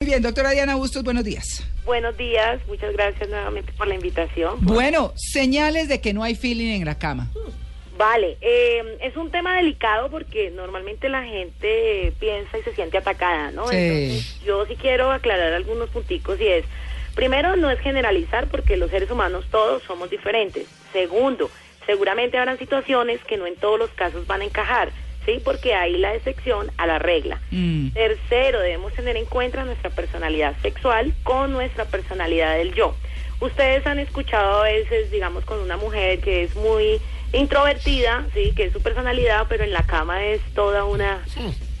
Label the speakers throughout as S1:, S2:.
S1: Muy bien, doctora Diana Bustos, buenos días.
S2: Buenos días, muchas gracias nuevamente por la invitación.
S1: Bueno, señales de que no hay feeling en la cama.
S2: Vale, eh, es un tema delicado porque normalmente la gente piensa y se siente atacada, ¿no?
S1: Sí.
S2: Entonces, yo sí quiero aclarar algunos punticos y es, primero, no es generalizar porque los seres humanos todos somos diferentes. Segundo, seguramente habrán situaciones que no en todos los casos van a encajar, ¿sí? Porque hay la excepción a la regla.
S3: Mm.
S2: Tercero, debemos tener en cuenta nuestra personalidad sexual con nuestra personalidad del yo. Ustedes han escuchado a veces, digamos, con una mujer que es muy introvertida, sí, que es su personalidad, pero en la cama es toda una,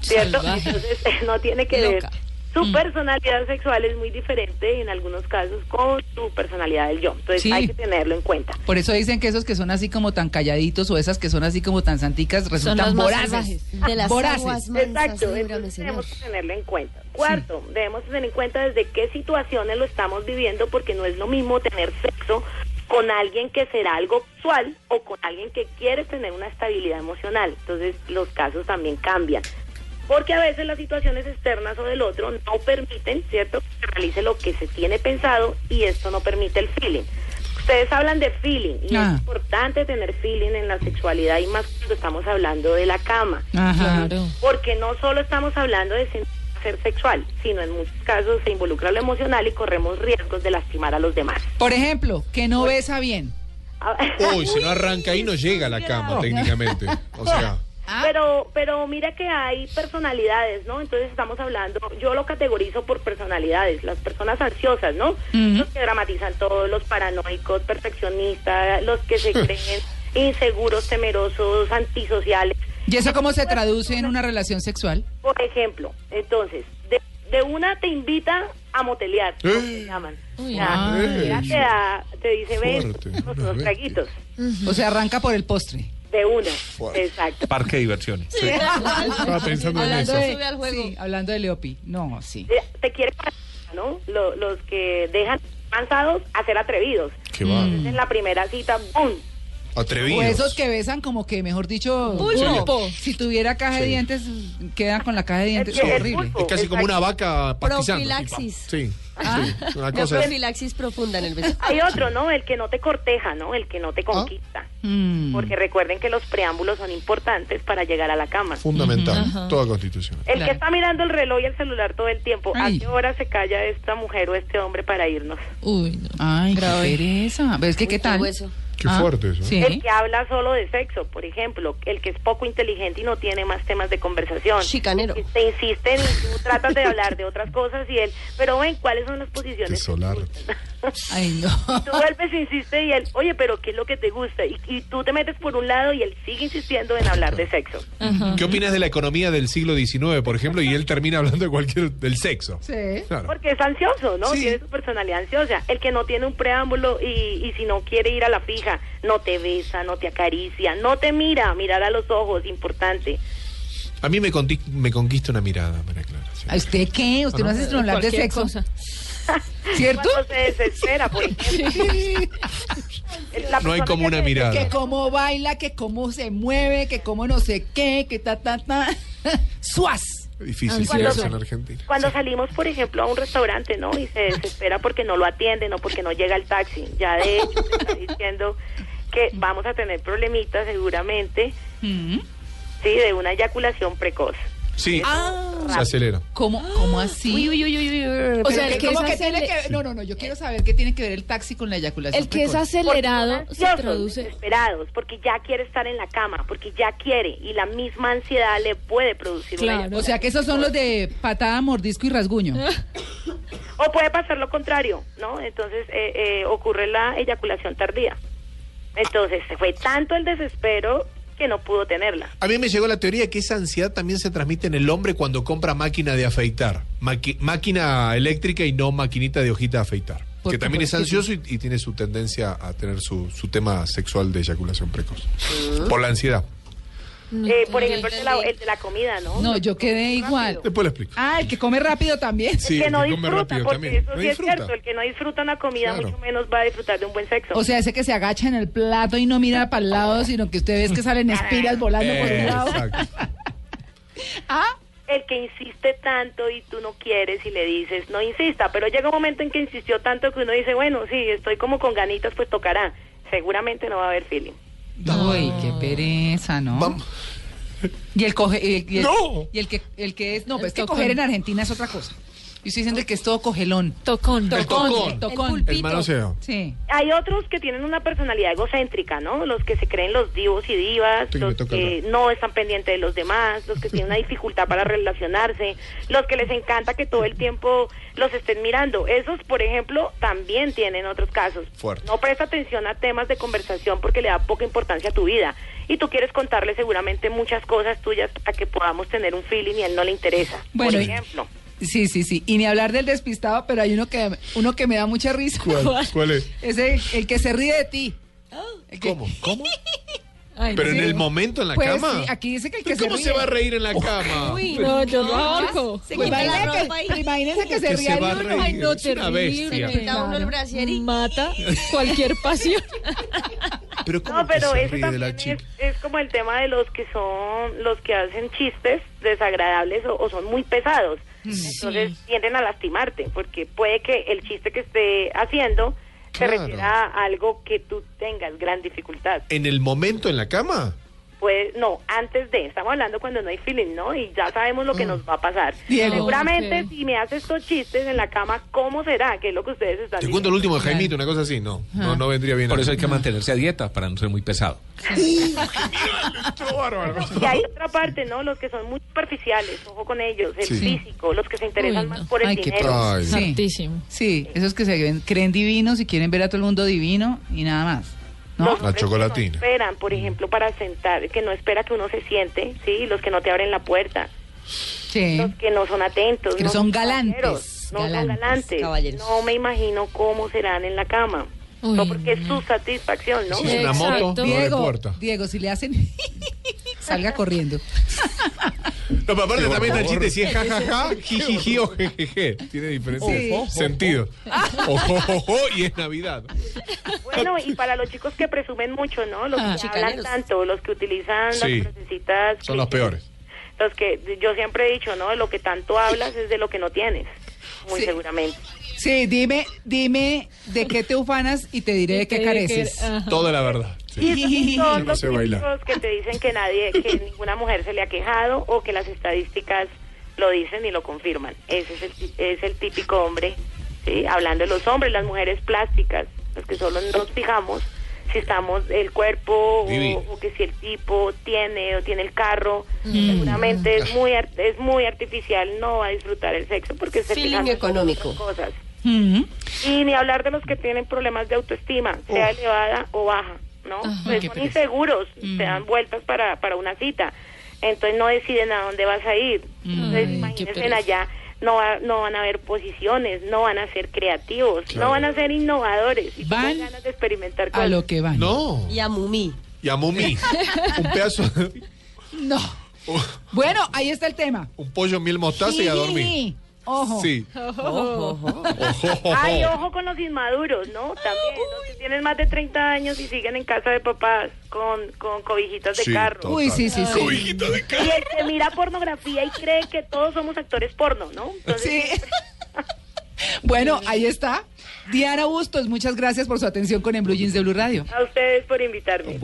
S2: ¿cierto?
S3: salvaje.
S2: Entonces no tiene que ver.
S3: Loca.
S2: Su personalidad sexual es muy diferente en algunos casos con su personalidad del yo. Entonces
S1: Sí.
S2: hay que tenerlo en cuenta.
S1: Por eso dicen que esos que son así como tan calladitos o esas que son así como tan santicas
S4: Son
S1: resultan
S4: las más
S1: voraces.
S4: salvajes. De las
S1: voraces.
S4: aguas mansas,
S2: Exacto,
S4: líbrame,
S2: entonces
S4: Señor.
S2: tenemos que tenerlo en cuenta. Cuarto, debemos tener en cuenta desde qué situaciones lo estamos viviendo, porque no es lo mismo tener sexo con alguien que será algo sexual o con alguien que quiere tener una estabilidad emocional. Entonces los casos también cambian. Porque a veces las situaciones externas o del otro no permiten, ¿cierto?, que se realice lo que se tiene pensado y esto no permite el feeling. Ustedes hablan de feeling y
S1: Ah.
S2: es importante tener feeling en la sexualidad y más cuando estamos hablando de la cama.
S1: Ajá.
S4: Claro.
S2: Porque no solo estamos hablando de sen- ser sexual, sino en muchos casos se involucra lo emocional y corremos riesgos de lastimar a los demás.
S1: Por ejemplo, que no besa bien.
S2: Ah,
S5: Uy, si no arranca ahí no llega a la cama técnicamente. O sea,
S2: Pero, pero mira que hay personalidades, ¿no? Entonces estamos hablando, yo lo categorizo por personalidades, las personas ansiosas, ¿no? Los que dramatizan todo, los paranoicos, perfeccionistas, los que se creen inseguros, temerosos, antisociales.
S1: ¿Y eso cómo se traduce en una relación sexual?
S2: Por ejemplo, entonces, de, de una te invita a motelear, como se llaman. O sea,
S5: ay.
S2: mira, te, da- te dice, ven,
S5: Fuerte,
S2: unos-
S5: una
S2: unos
S5: vez.
S2: traguitos.
S1: O sea, arranca por el postre.
S2: De una, exacto.
S6: Parque de diversiones.
S5: estaba pensando en
S4: Hablando
S5: eso.
S4: de- Sube al juego.
S1: Sí, hablando de Leopi. No, sí.
S2: Eh, Te quiere para- ¿no? Lo- los que dejan cansados a ser atrevidos.
S5: Qué va.
S1: Mm.
S2: Entonces, en la primera cita, ¡boom!
S1: O
S5: Atrevidos.
S1: esos que besan como que, mejor dicho,
S4: Pulpo.
S1: si tuviera caja de dientes, quedan con la caja de dientes.
S2: que el
S1: horrible.
S2: pulpo.
S5: Es casi como una vaca pastizando.
S4: Profilaxis.
S5: Sí, sí, una
S4: La
S5: cosa.
S4: profilaxis profunda en el beso.
S2: Hay otro, ¿no? El que no te corteja, ¿no? El que no te conquista.
S1: Ah. Mm.
S2: Porque recuerden que los preámbulos son importantes para llegar a la cama.
S5: Fundamental, toda constitución.
S2: El
S1: Claro.
S2: que está mirando el reloj y el celular todo el tiempo,
S1: Ay.
S2: ¿a qué hora se calla esta mujer o este hombre para irnos?
S4: Uy, no.
S1: Ay,
S4: Grave.
S1: qué pereza. ¿Ves que qué tal?
S4: hueso.
S5: Qué fuerte eso. ¿eh?
S1: Sí.
S2: El que habla solo de sexo, por ejemplo, el que es poco inteligente y no tiene más temas de conversación.
S4: Chicanero.
S2: Que Te insisten y tú tratas de hablar de otras cosas y él, pero ven, ¿cuáles son las posiciones?
S5: Qué
S2: que te
S5: Este solar.
S2: gustan?"
S1: Ay, no.
S2: Tú vuelves, e insiste y él, oye, pero ¿qué es lo que te gusta? Y, y tú te metes por un lado y él sigue insistiendo en hablar de sexo.
S5: ¿Qué opinas de la economía del siglo XIX, por ejemplo? Y él termina hablando de cualquier del sexo.
S1: Sí.
S5: Claro.
S2: Porque es ansioso, ¿no?
S5: Sí.
S2: Tiene su personalidad ansiosa. El que no tiene un preámbulo y, y si no quiere ir a la fija, no te besa, no te acaricia, no te mira, mirar a los ojos, importante.
S5: A mí me, conti- me conquista una mirada, María Clara. sí.
S1: ¿A usted qué? ¿Usted no hace sino hablar de
S4: eh, Cualquier
S1: sexo?
S4: cosa.
S1: ¿Cierto?
S2: Cuando se desespera, por ejemplo. El- la
S5: No hay
S2: persona
S5: como
S2: que
S5: una
S2: se-
S5: mirada.
S1: Que cómo baila, que cómo se mueve, que cómo no sé qué, que ta, ta, ta. ¡Suaz!
S5: Difícil
S2: Cuando-
S5: eso en Argentina.
S2: Cuando salimos, por ejemplo, a un restaurante, ¿no? Y se desespera porque no lo atienden o porque no llega el taxi. Ya de hecho, se está diciendo que vamos a tener problemitas seguramente,
S4: Mm.
S2: sí, de una eyaculación precoz.
S5: Sí, se acelera.
S1: ¿Cómo, cómo así?
S4: Uy, uy, uy, uy, uy, uy.
S1: O
S4: Pero
S1: sea,
S4: el
S1: que
S4: que es
S1: como que
S4: acele-
S1: tiene que no, no, no, yo quiero saber qué tiene que ver el taxi con la eyaculación.
S4: el que es
S1: precoz.
S4: acelerado
S2: Porque son
S4: se
S2: ansiosos,
S4: traduce.
S2: desesperados, porque ya quiere estar en la cama, porque ya quiere y la misma ansiedad le puede producir una
S4: Claro.
S1: O sea, que esos son los de patada, mordisco y rasguño.
S2: eyaculación. o puede pasar lo contrario, ¿no? Entonces eh, eh, ocurre la eyaculación tardía. Entonces se fue tanto el desespero que no pudo tenerla.
S5: A mí me llegó la teoría que esa ansiedad también se transmite en el hombre cuando compra máquina de afeitar. Maqui- máquina eléctrica y no maquinita de hojita de afeitar.
S3: ¿Por
S5: Que
S3: qué?
S5: también
S3: ¿Por
S5: es
S3: qué?
S5: ansioso y, y tiene su tendencia a tener su, su tema sexual de eyaculación precoz. Por la ansiedad.
S2: Eh, por ejemplo, el de, la, el de la comida, ¿no?
S1: No, yo quedé igual.
S5: Después lo explico.
S1: Ah, el que come rápido también.
S5: Sí,
S2: el que no
S5: el que come
S2: disfruta,
S5: rápido
S2: porque
S5: también.
S2: eso
S5: No
S2: sí
S5: disfruta.
S2: es cierto, el que no disfruta una comida
S5: Claro.
S2: mucho menos va a disfrutar de un buen sexo.
S1: O sea, ese que se agacha en el plato y no mira para el lado, sino que usted ves que salen espiras volando por un lado.
S5: Eh, Exacto.
S2: el que insiste tanto y tú no quieres y le dices, no insista, pero llega un momento en que insistió tanto que uno dice, bueno, sí, estoy como con ganitas, pues tocará. Seguramente no va a haber feeling.
S1: Uy, qué pereza, ¿no?
S5: Vamos.
S1: Y el coge, eh, y el, y el-
S5: ¡No!
S1: y el que el que es, no, pues
S4: El
S1: es que
S4: tocón.
S1: coger en Argentina es otra cosa. Yo estoy diciendo el que es todo cogelón.
S4: Tocón.
S5: El
S1: el
S5: tocón.
S1: tocón.
S4: El
S5: El manoseo.
S1: Sí.
S2: Hay otros que tienen una personalidad egocéntrica, ¿no? Los que se creen los divos y divas,
S5: Sí, me
S2: los
S5: toca
S2: que
S5: hablar.
S2: no están pendientes de los demás, los que tienen una dificultad para relacionarse, los que les encanta que todo el tiempo los estén mirando. Esos, por ejemplo, también tienen otros casos.
S5: Fuerte.
S2: No presta atención a temas de conversación porque le da poca importancia a tu vida. Y tú quieres contarle seguramente muchas cosas tuyas a que podamos tener un feeling y a él no le interesa.
S1: Bueno,
S2: por
S1: y-
S2: ejemplo.
S1: Sí, sí, sí. Y ni hablar del despistado, pero hay uno que uno que me da mucha risa.
S5: ¿Cuál? ¿Cuál es?
S1: Es el, el que se ríe de ti.
S4: Oh.
S1: El que-
S5: ¿Cómo? ¿Cómo?
S4: Ay,
S5: Pero en
S4: sí.
S5: el momento, en la
S1: Pues
S5: cama.
S1: sí, aquí dice que el que se
S5: ¿Cómo se,
S1: ríe.
S5: va a reír en la cama? Pues
S4: Uy, no, yo no.
S7: Se
S1: Pues
S7: quita la
S1: imagínese que-
S7: ropa y
S1: imagínense que se ría
S5: que se
S1: de
S5: va a
S1: uno.
S5: reír.
S4: Ay, no,
S5: es una
S4: terrible.
S5: bestia.
S4: Se quita uno el brasier y-
S7: mata cualquier pasión.
S5: Pero ¿cómo
S2: No,
S5: que
S2: pero
S5: se
S2: eso
S5: ríe de
S2: también
S5: la
S2: es,
S5: chica?
S2: es como el tema de los que son, los que hacen chistes desagradables o, o son muy pesados.
S5: Mm,
S2: Entonces tienden a lastimarte, porque puede que el chiste que esté haciendo se
S5: Claro.
S2: refiera a algo que tú tengas gran dificultad.
S5: ¿En el momento, en la cama?
S2: Pues no, antes de, estamos hablando cuando no hay feeling, ¿no? Y ya sabemos
S5: Mm.
S2: lo que nos va a pasar.
S1: Diego.
S2: Seguramente
S7: Ok.
S2: si me haces estos chistes en la cama, ¿cómo será? Que es lo que ustedes están
S5: Te
S2: diciendo.
S5: cuento el último de Jaimito, una cosa así. No, no, no vendría bien.
S6: Por
S5: a-
S6: eso hay que mantenerse a dieta para no ser muy pesado.
S5: Estuvo bárbaro.
S2: Y hay otra parte, ¿no? Los que son muy superficiales, ojo con ellos, el
S5: Sí.
S2: físico, los que se interesan
S4: Uy, no.
S2: más por el
S1: Ay, qué
S2: dinero.
S5: Ay,
S1: Sí.
S4: Hartísimo.
S1: Sí, esos que se ven- creen divinos y quieren ver a todo el mundo divino y nada más. ¿No?
S2: Los hombres que
S5: chocolatina.
S2: no esperan, por ejemplo, para sentar, que no espera que uno se siente, ¿sí? Los que no te abren la puerta,
S1: Sí.
S2: los que no son atentos.
S1: Que
S2: no
S1: son
S2: caballeros,
S1: galantes,
S2: No
S1: galantes,
S2: son galantes.
S4: caballeros.
S2: No me imagino cómo serán en la cama.
S4: Uy,
S2: no, porque es su satisfacción, ¿no?
S5: Si es una
S4: Exacto.
S5: moto, no le
S1: Diego,
S5: importa.
S1: Diego, si le hacen salga corriendo.
S5: No, pero aparte
S6: por
S5: también el
S6: favor.
S5: chiste, si es jajaja, jijiji o jejeje. Tiene
S1: Sí.
S5: diferentes sentidos. Ojo, ojo, y es Navidad.
S2: Bueno, y para los chicos que presumen mucho, ¿no? Los
S1: Ah,
S2: que hablan
S4: Chicaneros.
S2: tanto, los que utilizan
S5: Sí.
S2: las frasecitas.
S5: Son los
S2: clichés.
S5: peores.
S2: Los que yo siempre he dicho, ¿no? De lo que tanto hablas es de lo que no tienes, muy
S1: Sí.
S2: seguramente.
S1: Sí, dime, dime de qué te ufanas y te diré de qué careces.
S5: Toda la verdad. Sí.
S2: Y esos son
S5: Yo no
S2: los
S5: sé bailar.
S2: típicos que te dicen que nadie, que ninguna mujer se le ha quejado o que las estadísticas lo dicen y lo confirman. Ese es el, tí- es el típico hombre, ¿sí? Hablando de los hombres, las mujeres plásticas, los que solo nos fijamos si estamos el cuerpo o,
S5: Divino.
S2: o que si el tipo tiene o tiene el carro. Seguramente es muy, ar- es muy artificial, no va a disfrutar el sexo porque se
S4: Feeling
S2: fijan en
S4: económico.
S2: otras cosas.
S1: Ujú.
S2: Y ni hablar de los que tienen problemas de autoestima, sea elevada o baja, ¿no? Pues
S1: qué
S2: son
S1: pereza. Mm.
S2: inseguros, te dan vueltas para, para una cita. Entonces no deciden a dónde vas a ir.
S1: Mm.
S2: Entonces imagínense
S4: pereza.
S2: allá, no, va- no van a haber posiciones, no van a ser creativos, no van a ser innovadores. Y
S1: Van
S2: tienen ganas de experimentar
S1: A
S2: cosas.
S1: lo que van.
S5: No.
S4: Y a Mumi.
S5: Y a Mumi. Un pedazo,
S1: No. Bueno, ahí está el tema.
S5: un pollo mil mostaza y Ah, a dormir.
S1: Ojo.
S5: Sí. Ojo, ojo.
S2: Ay, ojo con los inmaduros, ¿no? También, los que tienen más de 30 años y siguen en casa de papás con, con cobijitas de
S5: Sí,
S2: carro.
S5: todo.
S1: Uy, sí, sí, sí.
S5: Cobijita de
S2: Y el que mira pornografía y cree que todos somos actores porno, ¿no? Entonces,
S1: Sí. Bueno, ahí está. Diana Bustos, muchas gracias por su atención con En Blue Jeans de Blue Radio.
S2: a ustedes por invitarme.